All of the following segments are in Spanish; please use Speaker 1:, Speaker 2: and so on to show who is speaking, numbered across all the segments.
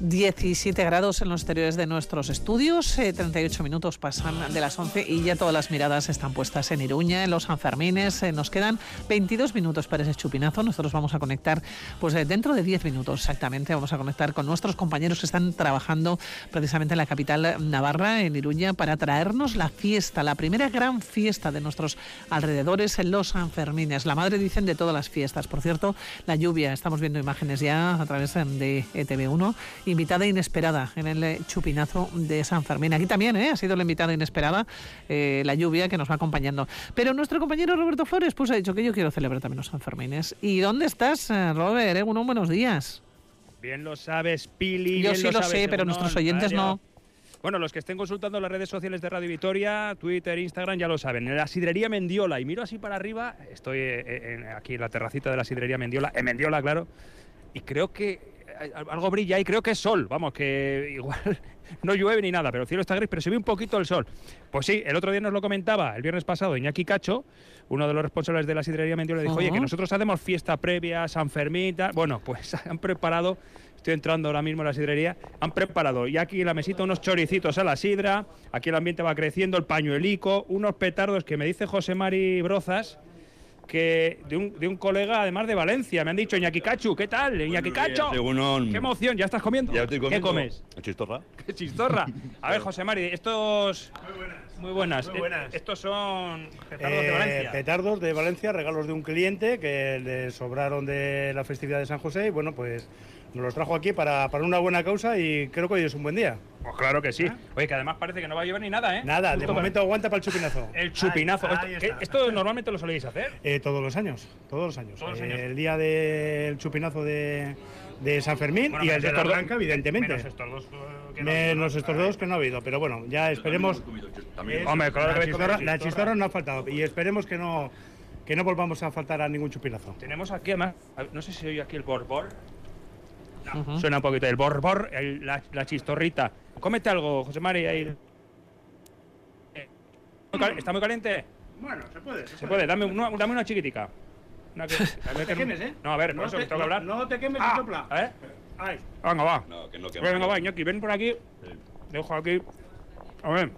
Speaker 1: 17 grados en los exteriores de nuestros estudios, eh, 38 minutos pasan de las 11 y ya todas las miradas están puestas en Iruña, en los Sanfermines. Eh, nos quedan 22 minutos para ese chupinazo. Nosotros vamos a conectar, pues eh, dentro de 10 minutos exactamente, vamos a conectar con nuestros compañeros que están trabajando precisamente en la capital eh, Navarra, en Iruña, para traernos la fiesta, la primera gran fiesta de nuestros alrededores en los Sanfermines. La madre dicen de todas las fiestas. Por cierto, la lluvia, estamos viendo imágenes ya a través de E ETV1 invitada inesperada en el chupinazo de San Fermín. Aquí también ¿eh? ha sido la invitada inesperada, eh, la lluvia que nos va acompañando. Pero nuestro compañero Roberto Flores pues ha dicho que yo quiero celebrar también los San Fermines. ¿Y dónde estás, eh, Robert? Egunon, buenos días.
Speaker 2: Bien lo sabes, Pili.
Speaker 1: Yo
Speaker 2: bien
Speaker 1: sí lo,
Speaker 2: sabes,
Speaker 1: sé, pero
Speaker 2: Egunon,
Speaker 1: nuestros oyentes
Speaker 2: María.
Speaker 1: no.
Speaker 2: Bueno, los que estén consultando las redes sociales de Radio Vitoria, Twitter, Instagram, ya lo saben. En la sidrería Mendiola, y miro así para arriba, estoy eh, en- aquí en la terracita de la sidrería Mendiola, en Mendiola, claro, y creo que eh, algo brilla y creo que es sol, vamos, que igual no llueve ni nada, pero el cielo está gris, pero se ve un poquito el sol. Pues sí, el otro día nos lo comentaba, el viernes pasado, Iñaki Cacho, uno de los responsables de la sidrería Mendiola, dijo, oye,
Speaker 1: Ajá.
Speaker 2: que nosotros hacemos fiesta previa, San Fermín, tal". bueno, pues han preparado Estoy entrando ahora mismo en la sidrería. Han preparado y aquí en la mesita unos choricitos a la sidra. Aquí el ambiente va creciendo, el pañuelico, unos petardos que me dice José Mari Brozas, que de un, de un colega además de Valencia. Me han dicho, Iñaki Cachu, ¿qué tal? Iñaki Cacho.
Speaker 3: Según
Speaker 2: ¡Qué emoción! ¿Ya estás comiendo? ¿Qué comes?
Speaker 3: Chistorra.
Speaker 2: ¡Qué chistorra! A ver, José Mari, estos... Muy buenas. Muy buenas. Estos son petardos de
Speaker 4: Eh,
Speaker 2: Valencia.
Speaker 4: petardos de Valencia, regalos de un cliente que le sobraron de la festividad de San José y bueno, pues nos los trajo aquí para, para una buena causa y creo que hoy es un buen día.
Speaker 2: Pues claro que sí. Oye, que además parece que no va a llover ni nada, ¿eh?
Speaker 4: ¿Ah? Nada, de
Speaker 2: Justo para-
Speaker 4: momento aguanta para el chupinazo.
Speaker 2: El chupinazo.
Speaker 4: Ahí- ahí
Speaker 2: Esto-
Speaker 4: está.
Speaker 2: que- esto normalmente lo soléis hacer.
Speaker 4: Eh, todos los años, todos los años.
Speaker 2: Todos los
Speaker 4: Eh,
Speaker 2: años.
Speaker 4: El día del chupinazo de, de San Fermín
Speaker 2: Bueno,
Speaker 4: y
Speaker 2: menos
Speaker 4: el de
Speaker 2: estos dos-
Speaker 4: Torranca, evidentemente.
Speaker 2: Menos
Speaker 4: Menos,
Speaker 2: estos dos. eh, que no-
Speaker 4: estos dos que no ha habido, pero bueno, ya esperemos.
Speaker 2: Eh.
Speaker 3: También.
Speaker 2: Hombre, claro que
Speaker 4: la,
Speaker 2: habéis comido
Speaker 4: chistorra, la
Speaker 2: chistorra.
Speaker 4: chistorra no ha faltado y esperemos que no, que no volvamos a faltar a ningún chupinazo.
Speaker 2: Tenemos aquí además, a ver, no sé si oye aquí el borbor.
Speaker 1: Ujú.
Speaker 2: Suena un poquito el borbor, el- la, la chistorrita. Cómete algo, José María. ahí. Eh, muy cal- ¿Está muy caliente?
Speaker 4: Bueno, se puede.
Speaker 2: Se puede, dame una, dame una chiquitica. Una que, a ver que- No, a ver, por eso que tengo que hablar.
Speaker 4: ¿eh? te quemes
Speaker 2: Ah, A ver, venga, va.
Speaker 3: No, que no que
Speaker 2: Venga, va, Iñaki, ven por aquí. Dejo aquí. A ver.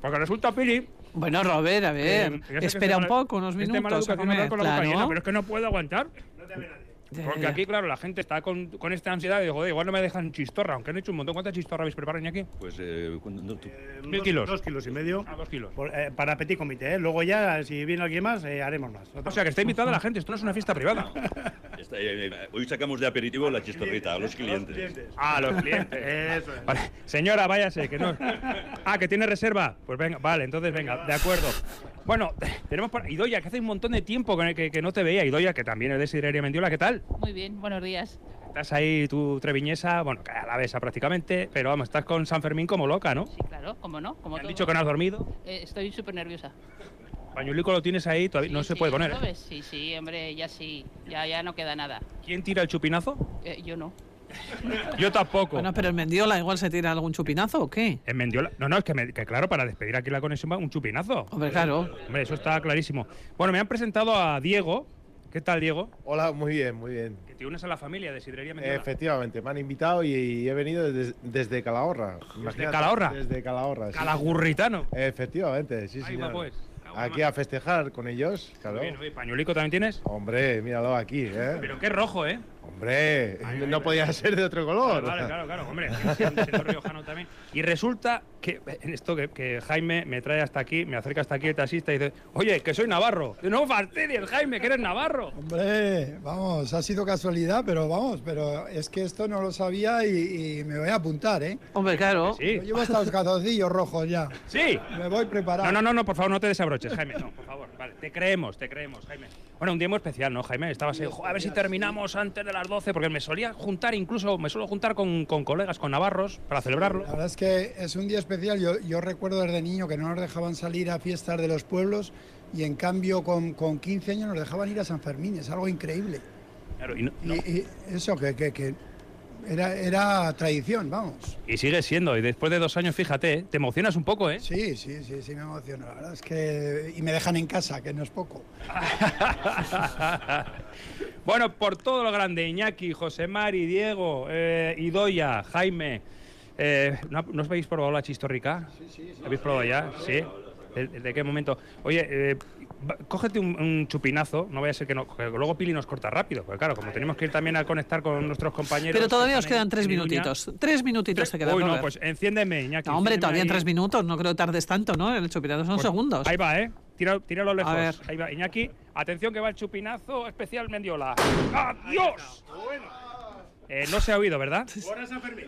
Speaker 2: Porque resulta, Pili,
Speaker 1: Bueno, Robert, a ver,
Speaker 2: Eh, ya sé que
Speaker 1: Eh,
Speaker 2: este
Speaker 1: espera
Speaker 2: estoy
Speaker 1: un
Speaker 2: mal-
Speaker 1: poco, unos
Speaker 2: estoy mal
Speaker 1: minutos. a
Speaker 2: educado, tengo que
Speaker 1: comer,
Speaker 2: hablar con la boca
Speaker 1: claro.
Speaker 2: llena, pero es que no puedo aguantar.
Speaker 1: Ya,
Speaker 2: Porque
Speaker 1: ya.
Speaker 2: aquí, claro, la gente está con, con esta ansiedad de, joder, igual no me dejan chistorra, aunque han hecho un montón. ¿Cuántas chistorra habéis preparado aquí?
Speaker 3: Pues, eh, cuando- no, tú.
Speaker 2: Mil kilos.
Speaker 4: Dos kilos y medio.
Speaker 2: A dos kilos.
Speaker 4: Por- eh, para petit comité, ¿eh? Luego ya, si viene alguien más, eh, haremos más.
Speaker 2: O sea, que está invitada la gente, esto no es una fiesta privada.
Speaker 3: Está, eh, eh, hoy sacamos de aperitivo la chistorrita a los clientes.
Speaker 2: A los clientes. Vale. Señora, váyase, que no. Ah, que tiene reserva. Pues venga, vale, entonces venga, de acuerdo. Bueno, tenemos para. Idoya, que hace un montón de tiempo que, que- que no te veía. Idoya, que también es de Sidrería Mendiola, ¿qué tal?
Speaker 5: Muy bien, buenos días.
Speaker 2: Estás ahí, tu treviñesa, bueno, a la besa prácticamente, pero vamos, estás con San Fermín como loca, ¿no?
Speaker 5: Sí, claro, como no, como
Speaker 2: Me han
Speaker 5: todo.
Speaker 2: dicho que no has dormido.
Speaker 5: Eh, estoy súper nerviosa.
Speaker 2: Pañuelico lo tienes ahí, todavía no
Speaker 5: Sí,
Speaker 2: se
Speaker 5: sí,
Speaker 2: puede poner.
Speaker 5: ¿lo ves? Sí, sí, hombre, ya sí, ya, ya no queda nada.
Speaker 2: ¿Quién tira el chupinazo?
Speaker 5: Eh, yo no.
Speaker 2: Yo tampoco.
Speaker 1: Bueno, pero en Mendiola igual se tira algún chupinazo o qué?
Speaker 2: En Mendiola. No, no, es que, me- que claro, para despedir aquí la conexión va un chupinazo.
Speaker 1: Hombre, claro.
Speaker 2: Hombre, eso está clarísimo. Bueno, me han presentado a Diego. ¿Qué tal, Diego?
Speaker 6: Hola, muy bien, muy bien.
Speaker 2: Que te unes a la familia de Sidrería Mendiola.
Speaker 6: Efectivamente, me han invitado y, y he venido des- desde Calahorra. Imagínate,
Speaker 2: Calahorra?
Speaker 6: Desde Calahorra, sí.
Speaker 2: Calagurritano.
Speaker 6: Efectivamente, sí,
Speaker 2: Ahí va,
Speaker 6: señor.
Speaker 2: pues.
Speaker 6: Aquí a festejar con ellos, claro.
Speaker 2: Muy bien, oye, ¿Pañuelico también tienes?
Speaker 6: Hombre, míralo aquí, ¿eh?
Speaker 2: Pero qué rojo, ¿eh?
Speaker 6: Hombre, no podía ser de otro color.
Speaker 2: Vale, claro, claro, hombre. siendo riojano también. Y resulta que en esto que, que Jaime me trae hasta aquí, me acerca hasta aquí el taxista y dice, oye, que soy navarro. No fastidies, Jaime, que eres navarro.
Speaker 7: Hombre, vamos, ha sido casualidad, pero vamos, pero es que esto no lo sabía y, y me voy a apuntar, ¿eh?
Speaker 1: Hombre, claro.
Speaker 2: Sí,
Speaker 7: Yo llevo hasta los calzoncillos rojos ya.
Speaker 2: sí.
Speaker 7: Me voy preparado.
Speaker 2: No, no, no, no, por favor, no te desabroches, Jaime. No, por favor, vale. Te creemos, te creemos, Jaime. Bueno, un día muy especial, ¿no, Jaime? Estabas ahí, "Jo, a ver si terminamos antes de las 12, porque me solía juntar, incluso me suelo juntar con, con colegas, con navarros, para celebrarlo.
Speaker 7: La verdad es que es un día especial. Yo, yo recuerdo desde niño que no nos dejaban salir a fiestas de los pueblos y en cambio con, con 15 años nos dejaban ir a San Fermín. Es algo increíble.
Speaker 2: Claro, y, no-
Speaker 7: Y,
Speaker 2: no-
Speaker 7: y eso que, que- que era, era tradición, vamos.
Speaker 2: y sigue siendo, y después de dos años, fíjate, ¿eh? te emocionas un poco, ¿eh?
Speaker 7: Sí, sí, sí, sí, me emociona. La verdad es que... Y me dejan en casa, que no es poco.
Speaker 2: Bueno, por todo lo grande, Iñaki, José Mari, Diego, eh, Idoya, Jaime. eh, ¿no, no os habéis probado la chistorrica? Sí, sí. ¿Habéis probado ya? Sí. ¿De, de qué momento? Oye, eh, va- cógete un, un chupinazo, no vaya a ser que, no, que luego Pili nos corta rápido, porque claro, como tenemos que ir también a conectar con nuestros compañeros.
Speaker 1: Pero todavía
Speaker 2: que
Speaker 1: os
Speaker 2: están en-
Speaker 1: quedan tres
Speaker 2: en Iruña.
Speaker 1: minutitos. Tres minutitos te quedan.
Speaker 2: Uy, no,
Speaker 1: Robert.
Speaker 2: pues enciéndeme, Iñaki.
Speaker 1: No, hombre,
Speaker 2: enciéndeme
Speaker 1: todavía en
Speaker 2: ahí.
Speaker 1: tres minutos. No creo que tardes tanto, ¿no? El chupinazo son
Speaker 2: Pues,
Speaker 1: segundos.
Speaker 2: Ahí va, ¿eh? Tira- Tíralo lejos.
Speaker 1: ver.
Speaker 2: Ahí va, Iñaki. Atención que va el chupinazo especial Mendiola. ¡Adiós! Eh, no se ha oído, ¿verdad?
Speaker 4: Buenas San Fermín.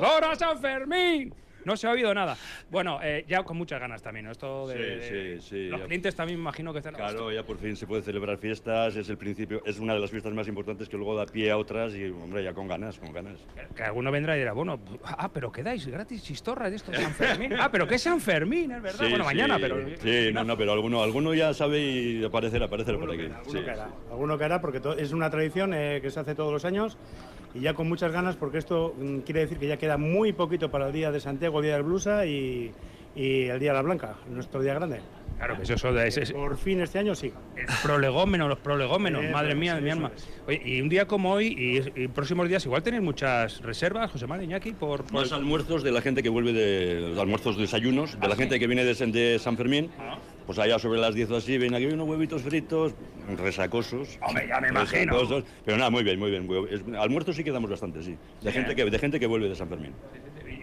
Speaker 2: ¡Lora San Fermín! No se ha oído nada. Bueno, eh, ya con muchas ganas también, ¿no? Esto de,
Speaker 3: Sí,
Speaker 2: de-
Speaker 3: sí, sí,
Speaker 2: Los
Speaker 3: ya.
Speaker 2: clientes también imagino que están...
Speaker 3: Claro, ya por fin se puede celebrar fiestas, es el principio, es una de las fiestas más importantes que luego da pie a otras y, hombre, ya con ganas, con ganas.
Speaker 2: Que alguno vendrá y dirá, bueno, ah, pero quedáis gratis chistorras de esto de San Fermín. Ah, pero que es San Fermín, es verdad.
Speaker 3: Sí,
Speaker 2: bueno, mañana,
Speaker 3: sí,
Speaker 2: pero...
Speaker 3: Sí, no, no, pero alguno, alguno ya sabe y aparecer, aparecer por aquí.
Speaker 4: Alguno caerá,
Speaker 3: Sí,
Speaker 4: alguno caerá, alguno caerá porque to- es una tradición eh, que se hace todos los años y ya con muchas ganas porque esto mm, quiere decir que ya queda muy poquito para el día de Santiago, día del blusa y, y el día de la blanca, nuestro día grande.
Speaker 2: Claro que eso, eso es- es,
Speaker 4: Por fin este año sí.
Speaker 2: El prolegómeno, los prolegómenos,
Speaker 4: Eh,
Speaker 2: madre
Speaker 4: pues,
Speaker 2: mía de
Speaker 4: sí,
Speaker 2: mi
Speaker 4: eso
Speaker 2: alma.
Speaker 4: es.
Speaker 2: Oye, y un día como hoy y, y próximos días igual tenéis muchas reservas, José Manuel Iñaki, por... por-
Speaker 3: Más almuerzos de la gente que vuelve de los almuerzos desayunos,
Speaker 2: Ah,
Speaker 3: de la gente que viene de, San- de San Fermín. Pues allá sobre las 10 o así, ven aquí unos huevitos fritos, resacosos.
Speaker 2: Hombre, ya me
Speaker 3: Pues,
Speaker 2: imagino.
Speaker 3: resacosos. Pero nada, muy bien, muy bien. muy- es- almuerzos sí quedamos bastante, sí. De, gente que, de gente que vuelve de San Fermín.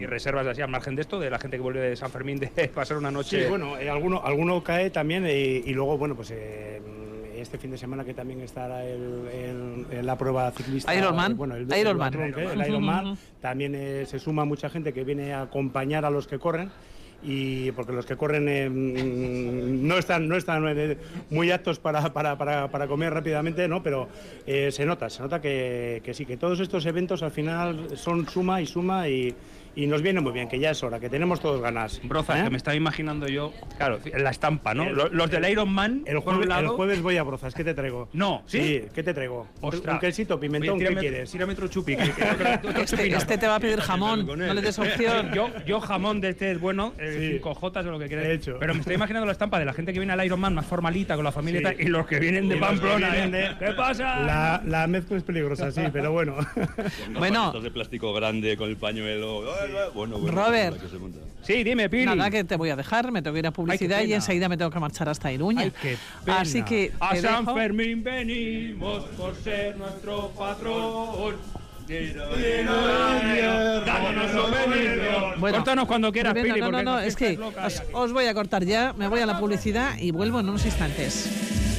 Speaker 2: Y reservas así al margen de esto, de la gente que vuelve de San Fermín de pasar una
Speaker 4: Sí,
Speaker 2: noche...
Speaker 4: bueno, eh, alguno, alguno cae también eh, y, luego, bueno, pues eh, mm, este fin de semana que también estará el, el- el- la prueba ciclista.
Speaker 1: Ironman,
Speaker 4: eh, bueno, el,
Speaker 1: Ironman.
Speaker 4: El, Duatlón, que es el
Speaker 1: Ujú,
Speaker 4: Ironman.
Speaker 1: ujú.
Speaker 4: También eh, se suma mucha gente que viene a acompañar a los que corren. Y porque los que corren eh, mm, no están, no están eh, muy aptos para, para- para- para comer rápidamente, ¿no? pero eh, se nota, se nota que, que sí, que todos estos eventos al final son suma y suma y, y nos viene muy bien, que ya es hora, que tenemos todos ganas.
Speaker 2: Broza,
Speaker 4: ¿eh?
Speaker 2: que me estaba imaginando yo... Claro, la estampa, ¿no?
Speaker 4: El-
Speaker 2: Los, los del Iron Man,
Speaker 4: El
Speaker 2: por
Speaker 4: jueves,
Speaker 2: un
Speaker 4: el
Speaker 2: lado...
Speaker 4: jueves voy a Brozas, ¿qué te traigo?
Speaker 2: No, ¿sí?
Speaker 4: ¿qué te traigo? Un-
Speaker 2: Ostras.
Speaker 4: Un quesito, pimentón,
Speaker 2: Oye,
Speaker 4: ¿qué
Speaker 2: tírame-
Speaker 4: quieres?
Speaker 2: Tírame otro chupi. que- que- otro- otro
Speaker 1: Este,
Speaker 2: chupinazo.
Speaker 1: este te va a pedir jamón.
Speaker 3: con
Speaker 1: No
Speaker 3: él.
Speaker 1: le des
Speaker 2: Sí,
Speaker 1: opción.
Speaker 2: Yo, yo jamón de este es bueno,
Speaker 4: Sí.
Speaker 2: 5 jotas o lo que quieras.
Speaker 4: De hecho.
Speaker 2: Pero me estoy imaginando la estampa de la gente que viene al Iron Man más formalita con la familia y
Speaker 4: Sí.
Speaker 2: tal, y los que vienen de
Speaker 4: Y los que
Speaker 2: Pamplona.
Speaker 4: vienen
Speaker 2: ¿eh?
Speaker 4: de-
Speaker 2: ¿Qué pasa?
Speaker 4: La, la mezcla es peligrosa, sí, pero bueno.
Speaker 3: Con unas
Speaker 1: Bueno.
Speaker 3: palitas de plástico grande, con el pañuelo. Bueno, bueno,
Speaker 1: Robert.
Speaker 3: la que se monta.
Speaker 2: Sí, dime, Pili.
Speaker 1: Nada, que te voy a dejar, me tengo que ir a publicidad y
Speaker 2: pena.
Speaker 1: enseguida me tengo que marchar hasta Iruña.
Speaker 2: Ay, qué pena.
Speaker 1: Así que
Speaker 2: a
Speaker 1: te
Speaker 2: San
Speaker 1: dejo.
Speaker 2: Fermín venimos por ser nuestro patrón. Dámonos obediencia.
Speaker 1: Bueno.
Speaker 2: Córtanos cuando quieras,
Speaker 1: Muy bien,
Speaker 2: Pili.
Speaker 1: no, no,
Speaker 2: porque
Speaker 1: no,
Speaker 2: esta
Speaker 1: es
Speaker 2: fiesta
Speaker 1: que
Speaker 2: loca,
Speaker 1: os,
Speaker 2: ya que-
Speaker 1: os voy a cortar ya, me voy a la publicidad y vuelvo en unos instantes.